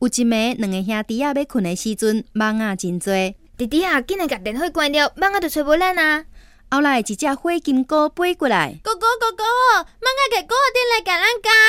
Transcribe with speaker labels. Speaker 1: 有一暝两个兄弟啊要困的时阵，蚊啊真多。
Speaker 2: 弟弟啊，紧来甲电火关了，蚊仔就找无咱啊！
Speaker 1: 后来一只火金菇飞过来，
Speaker 3: 哥哥哥哥，蚊仔给哥哥顶来甲咱咬。